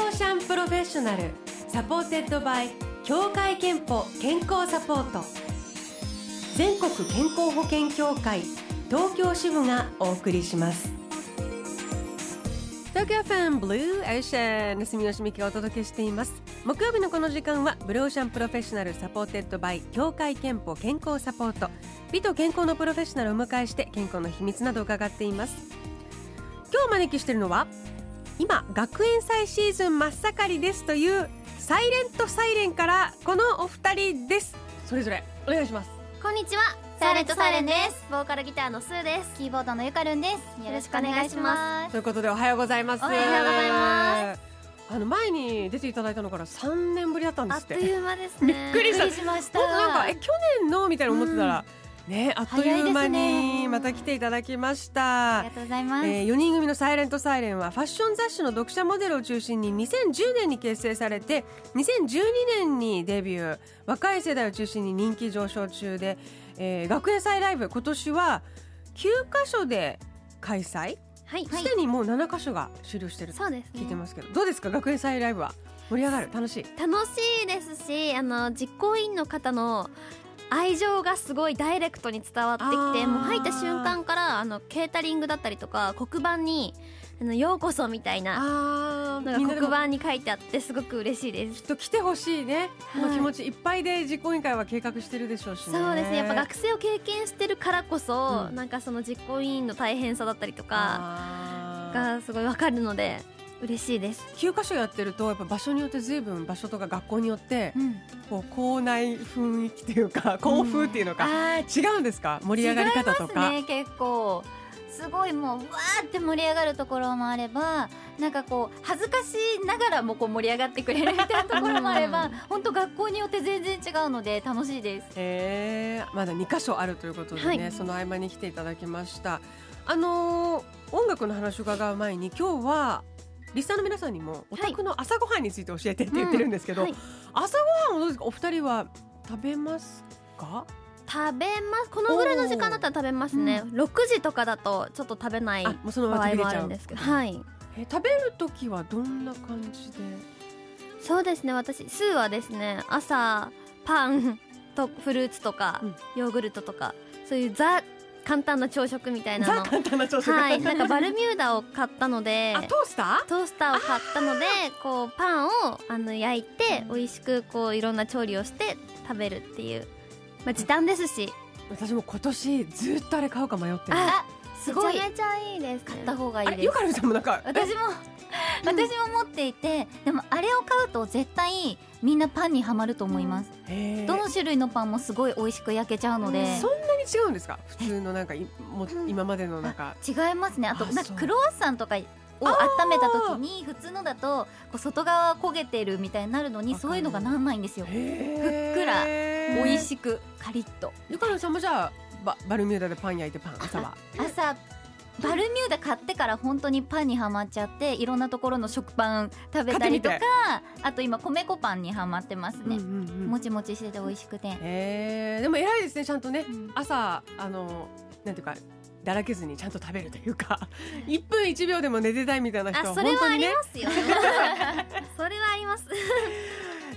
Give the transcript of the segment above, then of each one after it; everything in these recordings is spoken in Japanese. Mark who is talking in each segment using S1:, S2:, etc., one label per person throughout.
S1: ロフェッショナルサポーテッドバイ協会憲法健康サポート全国健康保険協会東京支部がお送りします東京ファンブルーエーシャン住吉美希がお届けしています木曜日のこの時間はブルーオーシャンプロフェッショナルサポーテッドバイ協会憲法健康サポート美と健康のプロフェッショナルをお迎えして健康の秘密などを伺っています今日お招きしているのは今学園祭シーズン真っ盛りですというサイレントサイレンからこのお二人ですそれぞれお願いします
S2: こんにちはサイレントサイレンですボーカルギターのスーですキーボードのゆかるんですよろしくお願いします
S1: ということでおはようございます
S2: おはようございます
S1: あの前に出ていただいたのから3年ぶりだったんで
S2: あ
S1: す
S2: っ
S1: っ
S2: と
S1: て
S2: いう間ですね
S1: びっくりした
S2: びっました
S1: 本当なんかえ去年のみたいな思ってたら、ねあっという間
S2: 早いです
S1: に
S2: ね
S1: また来ていただきまし
S2: あ
S1: た
S2: りがとうございます、
S1: えー、4人組の「サイレントサイレンはファッション雑誌の読者モデルを中心に2010年に結成されて2012年にデビュー若い世代を中心に人気上昇中で、えー学園祭ライブ今年は9カ所で開催
S3: はい、
S2: はい
S1: すでにもう7カ所が終了してると
S3: そうですね
S1: 聞いてますけどどうですか学園祭ライブは盛り上がる楽しい
S3: 楽しいですしあの実行委員の方の愛情がすごいダイレクトに伝わって
S1: あ
S3: きて
S1: ー
S3: もう入った瞬間からあのケータリングだったりとか黒板に「あのようこそ」みたいな
S1: あ
S3: のが黒板に書いてあってすごく嬉しいです
S1: き。っと来てほしいね、
S3: はい
S1: この気持ちいっぱいで実行委員会は計画してるでしょうしね
S3: そうですねやっぱ学生を経験してるからこそ、
S1: うん
S3: なんかその実行委員の大変さだったりとか
S1: あー
S3: がすごいわかるので嬉しいです。
S1: 9箇所やってるとやっぱ場所によって随分場所とか学校によって
S2: うん
S1: こう校内雰囲気というか校風っていうのか、
S2: あ
S1: 違うんですか盛り上がり方とか、
S2: ね結構すごいもうわーって盛り上がるところもあればなんかこう恥ずかしながらもこう盛り上がってくれるみたいなところもあれば本当学校によって全然違うので楽しいです
S1: えーまだ2箇所あるということでね、
S3: はい
S1: その合間に来ていただきましたあのー音楽の話を伺う前に今日はリスナーの皆さんにもお宅の朝ごはんについて教えてって言ってるんですけど、
S3: はい
S1: 朝ごはんをどうですかお二人は食べますか
S3: 食べますこのぐらいの時間だったら食べますね、6時とかだとちょっと食べない
S1: あもうその
S3: 場
S1: まま
S3: 合
S1: 食べれ
S3: も
S1: ち
S3: あ
S1: ゃ
S3: る
S1: うん
S3: ですけどはい
S1: えー食べる時はどんな感じで
S3: そうですね私スーはですね朝パンとフルーツとか、
S1: うん
S3: ヨーグルトとかそういうザ簡単な朝食みたいな
S1: ザ
S3: の
S1: 簡単な朝食、
S3: はいなんかバルミューダを買ったので
S1: あトースタ
S3: トースターを買ったのでこうパンをあの焼いて美味しくこういろんな調理をして食べるっていう、まあ、時短ですし
S1: ー私も今年ずっとあれ買うか迷ってる
S3: あ
S1: あ
S2: す
S3: すご
S2: ごい
S3: い
S2: めちゃめちゃいいです買った方がいいです
S1: れよかるさんもなんか
S2: 私も私も持っていてでもあれを買うと絶対みんなパンにはまると思います、
S1: えー
S2: どの種類のパンもすごい美味しく焼けちゃうので、
S1: そんなに違うんですか普通のなんかいも
S2: うん
S1: 今までのなんか
S2: 違いますねあと
S1: あ
S2: なんか
S1: そう
S2: クロワッサンとかを温めた時に普通のだとこう外側は焦げてるみたいになるのに
S1: わかる
S2: そういうのがなんないんですよ
S1: ふ
S2: ふっくら美味
S1: い
S2: しくカリッと
S1: ゆかるさんもじゃあババルミューダでパン焼いてパン朝は
S2: 朝バルミューダ買ってから本当にパンにはまっちゃっていろんなところの食パン食べたりと
S1: 買
S2: か
S1: って
S2: あと今米粉パンにはまってます
S1: うん、う
S2: ね
S1: んうん
S2: もちもちしてて美味しくて、
S1: えーでも偉いですねちゃんとね
S2: うん
S1: 朝あのなんていうかだらけずにちゃんと食べるというか 一分一秒でも寝てたいみたいな人
S3: あ
S1: は
S3: それ
S1: 本
S3: は
S1: 当
S3: あ
S1: に
S3: り
S1: ね
S3: ます よそれはあります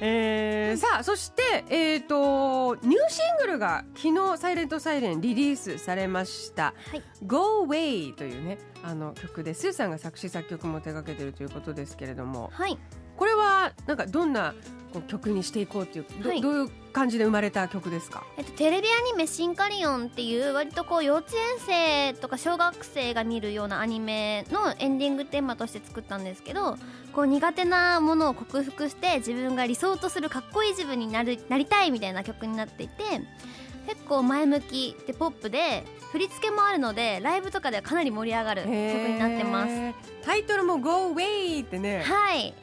S1: えーさあそして、えー、とニューシングルが昨日「サイレントサイレンリリースされまし
S3: は
S1: た
S3: い
S1: Go Away」というねあの曲でスーさんが作詞作曲も手掛けてるということですけれども
S3: はい
S1: これはなんかどんなこう曲にしていこうっていうど,、
S3: はい
S1: どういう感じで生まれた曲ですか
S3: えっと、テレビアニメ「シンカリオン」っていう割とこう幼稚園生とか小学生が見るようなアニメのエンディングテーマとして作ったんですけどこう苦手なものを克服して自分が理想とするかっこいい自分になるなりたいみたいな曲になっていて結構前向きでポップで振り付けもあるのでライブとかではかなり盛り上がる曲になってます。
S1: へータイトルも「Go Away」ってね
S3: はい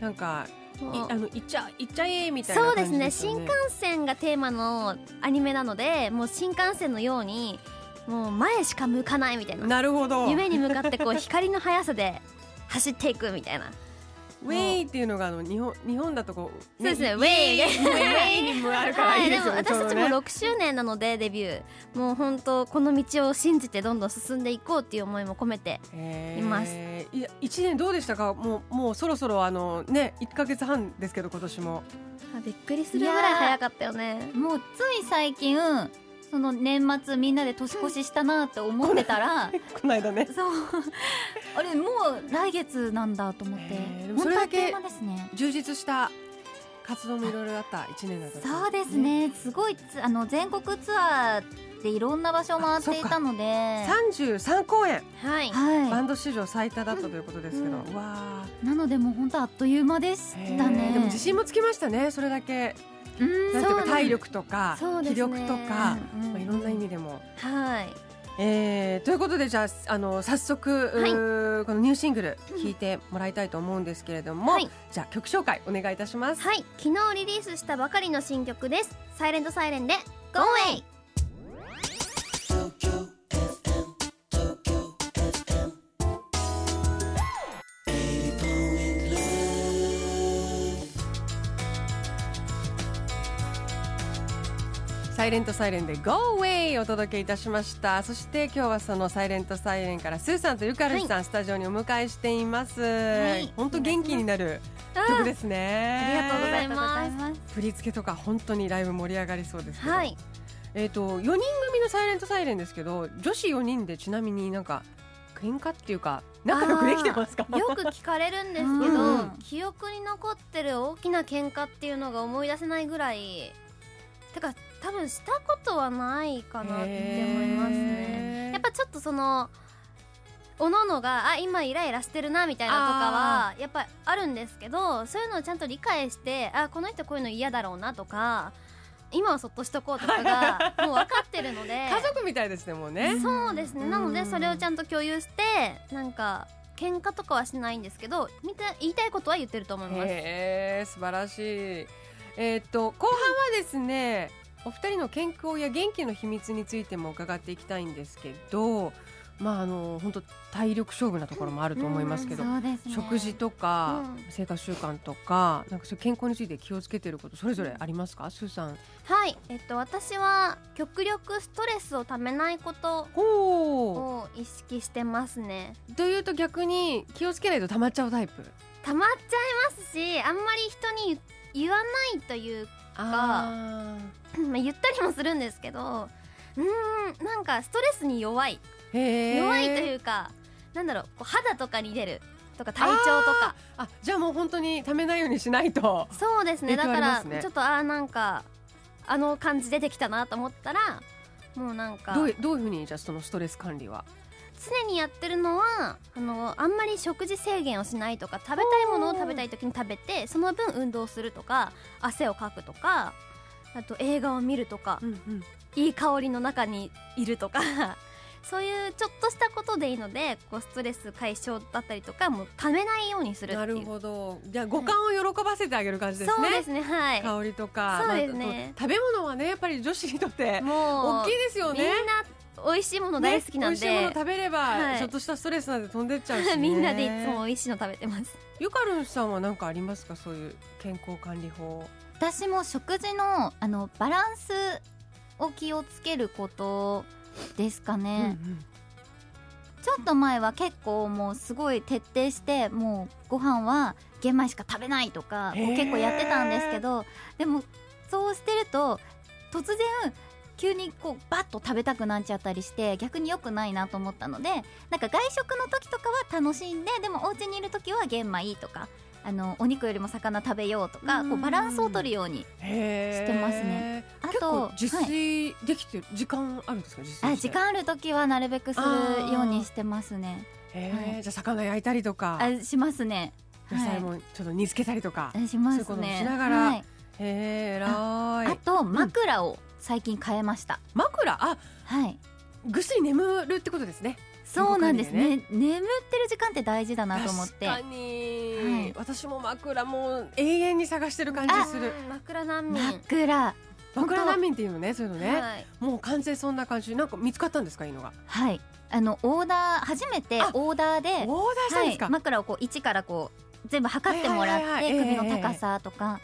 S1: なんかい
S3: もう
S1: あのいっちゃいっちゃえみたいな
S3: そう
S1: 感
S3: です
S1: じ
S3: ね
S1: ですよ
S3: 新幹線がテーマのアニメなのでもう新幹線のようにもう前しか向かないみたいな
S1: なるほど
S3: 夢に向かってこう光の速さで走っていくみたいな
S1: ウェイっていうのがあの日本日本だとこう
S3: そうですねウェイ
S1: イウェイにもあるから
S3: はい
S1: い
S3: い、
S1: で
S3: ですも
S1: よね
S3: 私たちも
S1: ちょうどね
S3: 6周年なのでデビューもう本当この道を信じてどんどん進んでいこうっていう思いも込めて
S1: え
S3: い
S1: ー
S3: ます
S1: いや一年どうでしたかもうもうそろそろあのね一ヶ月半ですけど今年も
S3: あびっくりするぐらい早かったよね
S2: もうつい最近その年末みんなで年越ししたなって思ってたら、
S1: この間ね
S2: そうあれもう来月なんだと思って、
S1: えーでもそ
S2: 本
S1: れだ
S2: 当あっと
S1: け
S2: いう間ですね
S1: 充実した活動もいろいろあった一年だった
S2: そうですねすごいつあの全国ツアーでいろんな場所回っていたので
S1: 三十三公演
S3: はい
S1: バ
S2: は
S1: ンド史上最多だったということですけど、
S3: うん
S1: わ
S2: いなのでもう本当あっという間でし
S1: あ、
S2: た
S1: へー
S2: ね
S1: でも自信もつきましたねそれだけ
S2: うん
S1: なんていう
S3: そうな
S1: か
S3: ん
S1: 体力とか
S3: そうです
S1: 気
S3: ね
S1: 力とか、
S2: うん
S1: まあ、いろんな意味でも、
S3: はい
S1: えーということでじゃああの早速、
S3: はいう
S1: ーこのニューシングル聞いてもらいたいと思うんですけれども、
S3: はい
S1: じゃあ曲紹介お願いいたします、
S3: はい昨日リリースしたばかりの新曲です「サイレントサイレンで Go Away
S1: サイレントサイレンで Go Away お届けいたしましたそして今日はそのサイレントサイレンからスーさんとゆかるしさん、スタジオにお迎えしています、
S2: い
S1: 本当元気になる曲ですね
S3: ありがとうございます
S2: ありがとうございます
S1: 振り付けとか本当にライブ盛り上がりそうですけど、
S3: はい
S1: えっ、と四人組のサイレントサイレンですけど女子四人でちなみになんか喧嘩っていうか仲良くできてますか
S3: よく聞かれるんですけ
S1: うんう
S3: ど
S1: ん
S3: 記憶に残ってる大きな喧嘩っていうのが思い出せないぐらいてか多分したことはないかなって思いますね
S1: へー
S3: やっぱちょっとそのおののがあ今イライラしてるなみたいなとかはやっぱあるんですけどそういうのをちゃんと理解してあこの人こういうの嫌だろうなとか今はそっとしとこうとかが もう分かってるので
S1: 家族みたいですねもうね、
S3: そうですねなの
S1: う
S3: で
S1: ん
S3: それをちゃんと共有してなんか喧嘩とかはしないんですけどみた言いたいことは言ってると思います。
S1: へえ素晴らしいえっ、と後半はですねお二人の健康や元気の秘密についても伺っていきたいんですけどまああの本当体力勝負なところもあると思いますけど、
S2: そうですね
S1: 食事とか、
S3: う
S1: 生活習慣とかなんかそういう健康について気をつけてることそれぞれありますか、スーさん
S3: はい、えっと、私は極力ストレスをためないこと
S1: お
S3: を意識してますね
S1: というと逆に気をつけないと溜まっちゃうタイプ
S3: 溜まっちゃいますしあんまり人に言言わないという
S1: あ
S3: まあ言ったりもするんですけどうーんなんかストレスに弱い
S1: ーへー
S3: 弱いというかなんだろうこう肌とかに出るとか体調とか
S1: あじゃあもう本当に溜めないようにしないと
S3: そうですね
S1: 影
S3: だ
S1: 響あ
S3: か
S1: りま
S3: ら
S1: すね
S3: ちょっとああなんかあの感じ出てきたなと思ったらもうなんか
S1: どういどういうふうにじゃあそのストレス管理は
S3: 常にやってるのはあのあんまり食事制限をしないとか食べたいものを食べたい時に食べてその分運動するとか汗をかくとかあと映画を見るとか
S1: うんうん
S3: いい香りの中にいるとか そういうちょっとしたことでいいのでこうストレス解消だったりとかもうためないようにするっていう
S1: なるほどじゃあ五感を喜ばせてあげる感じですね、
S3: そうですねはい
S1: 香りとか
S3: そうですね
S1: まあ食べ物はねやっぱり女子にとって
S3: も
S1: 大
S3: う
S1: きいですよ
S3: みん
S1: ね
S3: な美味しいもの大好きなん
S1: ね美味しいも
S3: で、
S1: の食べれば、
S3: はい
S1: ちょっとしたストレスなんて飛んでっちゃうし、ね、
S3: みんなでいつも美味しいの食べてます
S1: ゆかるんさんは何かありますかそういう健康管理法
S2: 私も食事のあのバランスを気をつけることですか
S1: うんう
S2: ね、
S1: ん
S2: ちょっと前は結構もうすごい徹底してもうご飯は玄米しか食べないとか
S1: へー
S2: 結構やってたんですけどでもそうしてると突然急にこうバッと食べたくなっちゃったりして逆に良くないなと思ったのでなんか外食の時とかは楽しんででもお家にいる時は玄米とかあのお肉よりも魚食べようとか
S1: うん
S2: こうバランスを取るように
S1: へー
S2: してますねあ
S1: 結
S2: と
S1: 構自炊できてる、時間あるんですか自炊
S2: あ
S1: して
S2: 時間ある時はなるべくするようにしてますね
S1: へ
S2: は
S1: ーじゃあ魚焼いたりとか
S2: あしますね
S1: 野菜もちょっと煮つけたりとか、
S2: しま
S1: そう
S2: す
S1: いうことも
S2: ね。
S1: しながら
S2: はい
S1: へえら
S2: あ
S1: い
S2: と枕を最近変えました。
S1: 枕あ
S2: はい。
S1: ぐっすり眠るってことですね
S2: そうなんですね
S1: 健
S2: 眠ってる時間って大事だなと思って。
S1: 確かに、
S2: はい
S1: 私も枕もう永遠に探してる感じする
S3: うん枕難民
S2: 枕。本当
S1: 枕難民っていうのねそういうのね、
S3: はい
S1: もう完全そんな感じなんか見つかったんですかいいのが
S2: はい。あのオーダー初めて
S1: あ
S2: オーダーで。
S1: オーダーしたん
S2: は
S1: です
S2: い
S1: か、、
S2: 枕をこう一からこう全部測ってもらって、
S1: はいはいはいはい
S2: 首の高さとか、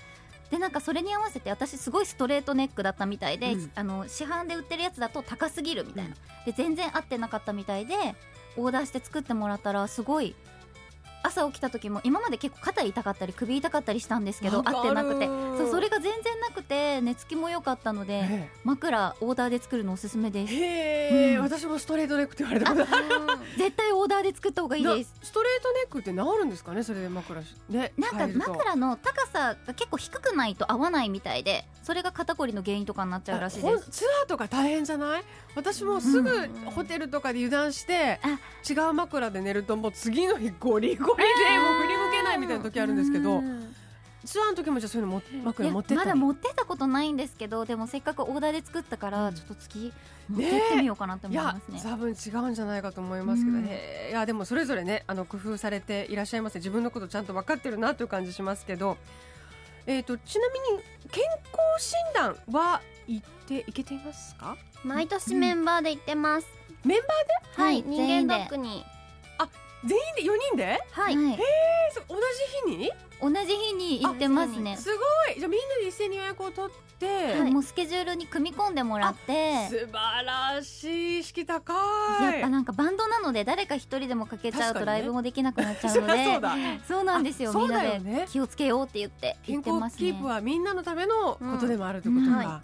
S2: でなんかそれに合わせて私すごいストレートネックだったみたいで、
S1: うん
S2: あの市販で売ってるやつだと高すぎるみたい
S1: う
S2: な、
S1: ん
S2: で全然合ってなかったみたいでオーダーして作ってもらったらすごい朝起きた時も今まで結構肩痛かったり首痛かったりしたんですけど合ってなくてそうそれが全然なくて寝つきも良かったので。
S1: え
S2: 枕オーダーで作るのおすすめで
S1: え
S2: す
S1: へえ、
S2: うん
S1: 私もストレートネックって言われたことある
S2: 絶対オーダーで作った方がいいです
S1: なストレートネックって治るんですかねそれで枕しね
S2: なんか
S1: 変えると
S2: 枕の高さが結構低くないと合わないみたいでそれが肩こりの原因とかになっちゃうらしい
S1: あほ
S2: で
S1: ん
S2: す
S1: ツアーとか大変じゃない私もすぐホテルとかで油断して、
S2: あ
S1: 違う枕で寝るともう次の日ゴリゴリでもう振り向けないみたいな時あるんです けどツアーの時もじゃあそういうのも枕
S2: いや
S1: 持ってった
S2: ま
S1: り
S2: だ持ってったことないんですけどでもせっかくオーダーで作ったから、
S1: うん
S2: ちょっと次持ってってみようかなって
S1: い
S2: 思い
S1: や
S2: ますね
S1: 多分違うんじゃないかと思いますけど、
S2: うん
S1: へえいやでもそれぞれねあの工夫されていらっしゃいますね自分のことちゃんと分かってるなという感じしますけど、えー、とちなみに健康診断は行っていけていますか
S3: 毎年メンバーで行ってます、
S1: メン
S2: バーで
S3: は
S2: う
S3: い
S2: ん
S3: 人間ドックに
S1: 全員で4人で、
S3: はい、
S2: はい
S1: えーそう同じ日に
S2: 同じ日に行ってますね
S1: すごいじゃあみんなで一斉に予約を取って、
S3: い
S2: もうスケジュールに組み込んでもらって
S1: 素晴らしい意識高
S2: やっ
S1: い
S2: ぱなんかバンドなので誰か一人でもかけちゃ
S1: 確か
S2: うと
S1: にね
S2: ライブもできなくなっちゃう
S1: そ
S2: の
S1: りゃ
S2: で
S1: そうだ
S2: そうなんですよ
S1: あそ
S2: み
S1: うん
S2: な
S1: だよ
S2: で
S1: ね
S2: 気をつけようって言って
S1: 健
S2: 言って
S1: 康
S2: ます
S1: キ
S2: ね
S1: ープはみんなのためのことでもあるということ
S2: うん
S1: か
S3: は、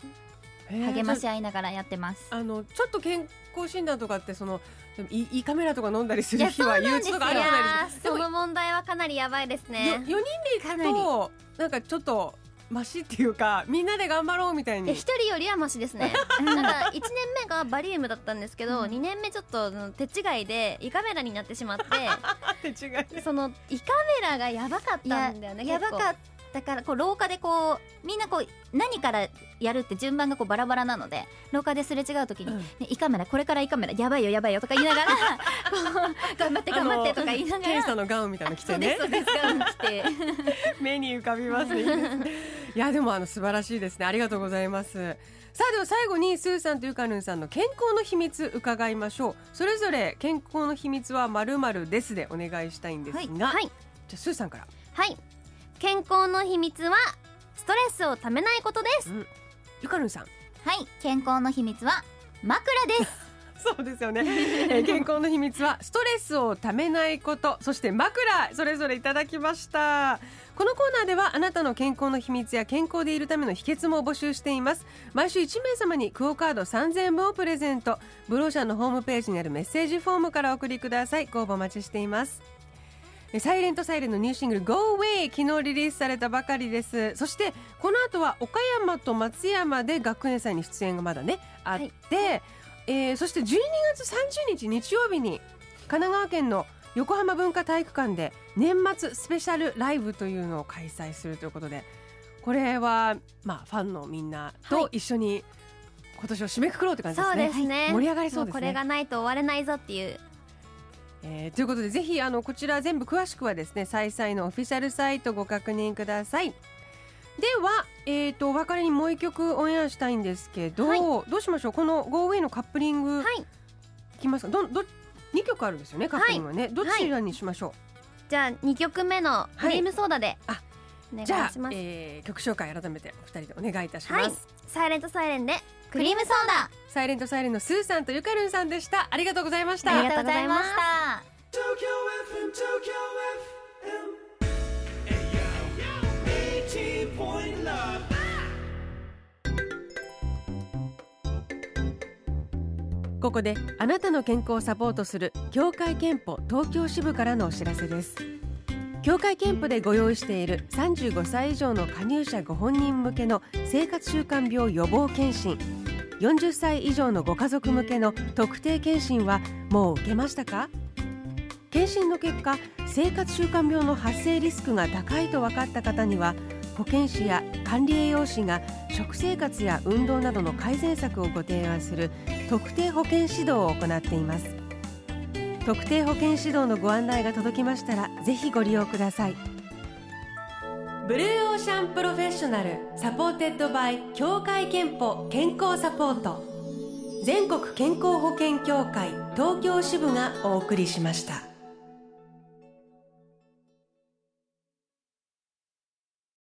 S1: へえ
S2: 励まし合いながらやってます
S1: あのちょっと健康診断とかってそのでも胃胃カメラとか飲んだりす
S3: い
S1: る
S3: や
S1: 日
S3: そう
S1: は
S3: なん
S1: 憂
S3: です
S1: 鬱
S3: よい
S1: とかあるじゃない
S3: や
S1: です
S3: ー
S1: か。でも
S3: その問題はかなりやばいです
S1: よ
S3: ね
S1: 四人
S2: か
S1: で行くとなんかちょっとマシっていうかみんなで頑張ろうみたい
S3: いや
S1: に
S3: 一。人よりはマシですねなんか1年目がバリウムだったんですけど、
S2: うん
S3: 2年目ちょっとうん手違いで胃カメラになってしまって
S1: あって違います。
S3: その胃カメラがやばかったんだよね
S2: やばか
S3: っ
S2: ったからこう廊下でこうみんなこう何からやるって順番がこうバラバラなので廊下ですれ違う時に、
S1: うん
S2: ね胃カメラこれから胃カメラやばいよやばいよとか言いな がらこう頑張って頑張ってとか言いなが
S1: 検
S2: ら
S1: 査のガウンみたいなの着
S2: そ
S1: て
S2: うで
S1: ね
S2: すそうですが来て
S1: 目に浮かびますね。いいで すねいやでもあの素晴らしいですねありがとうございます。さあでは最後にスーさんとゆかぬんさんの健康の秘密伺いましょう。それぞれ健康の秘密はまるまるですでお願いしたいんですが、
S3: たはい
S1: じゃあスーさんから。
S3: はい健康の秘密はストレスをためないことです
S1: ゆかぬんさん。
S2: はい健康の秘密は枕です
S1: そうですよね、えー健康の秘密はストレスをためないことそして枕それぞれいただきましたこのコーナーではあなたの健康の秘密や健康でいるための秘訣も募集しています毎週1名様にクオカード3000円分をプレゼントブローシャンのホームページにあるメッセージフォームからお送りくださいご応募お待ちしていますえーサイレントサイレンのニューシングル Go Away 昨日リリースされたばかりですそしてこの後は岡山と松山で学園祭に出演がまだねあって、えーそして12月30日日曜日に神奈川県の横浜文化体育館で年末スペシャルライブというのを開催するということでこれは、まあ、ファンのみんなと一緒に今年を締めくくろうって感じで
S3: そ
S1: す
S3: う
S1: ね。
S3: ですね、
S1: 盛り上がりそう
S3: も
S1: で
S3: う
S1: す
S3: これ
S1: ね。
S3: がないと終われないぞっていう
S1: えーということでぜひあのこちら全部詳しくはですね「サイサイのオフィシャルサイトご確認ください。では、えー、とお別れにもう一曲オンエアしたいんですけど、
S3: はい
S1: どうしましょうこの「GoAway」のカップリング、
S3: はい
S1: いきますかどど2曲あるんですよねカップリングはね、どちらにしましょう、
S3: じゃあ2曲目のクリームソーダで、
S1: あ
S3: お願いし
S1: じゃ
S3: ま
S1: あ
S3: す、
S1: えー曲紹介改めてお二人でお願いいたします、
S3: はいサイレントサイレンでクリームソーダ
S1: サイレントサイレンのスーさんとゆかるんさんでしたありがとうございました
S3: ありがとうございました
S4: Tokyo FM, Tokyo FM. Hey yo, 18.9. Love.
S1: ここであなたの健康をサポートする協会憲法東京支部からのお知らせです協会憲法でご用意している35歳以上の加入者ご本人向けの生活習慣病予防検診40歳以上のご家族向けの特定検診はもう受けましたか検診の結果生活習慣病の発生リスクが高いと分かった方には保健師や管理栄養士が食生活や運動などの改善策をご提案する特定保健指導を行っています特定保健指導のご案内が届きましたらぜひご利用くださいブルーオーシャンプロフェッショナルサポーテッドバイ協会憲法健康サポート全国健康保険協会東京支部がお送りしました。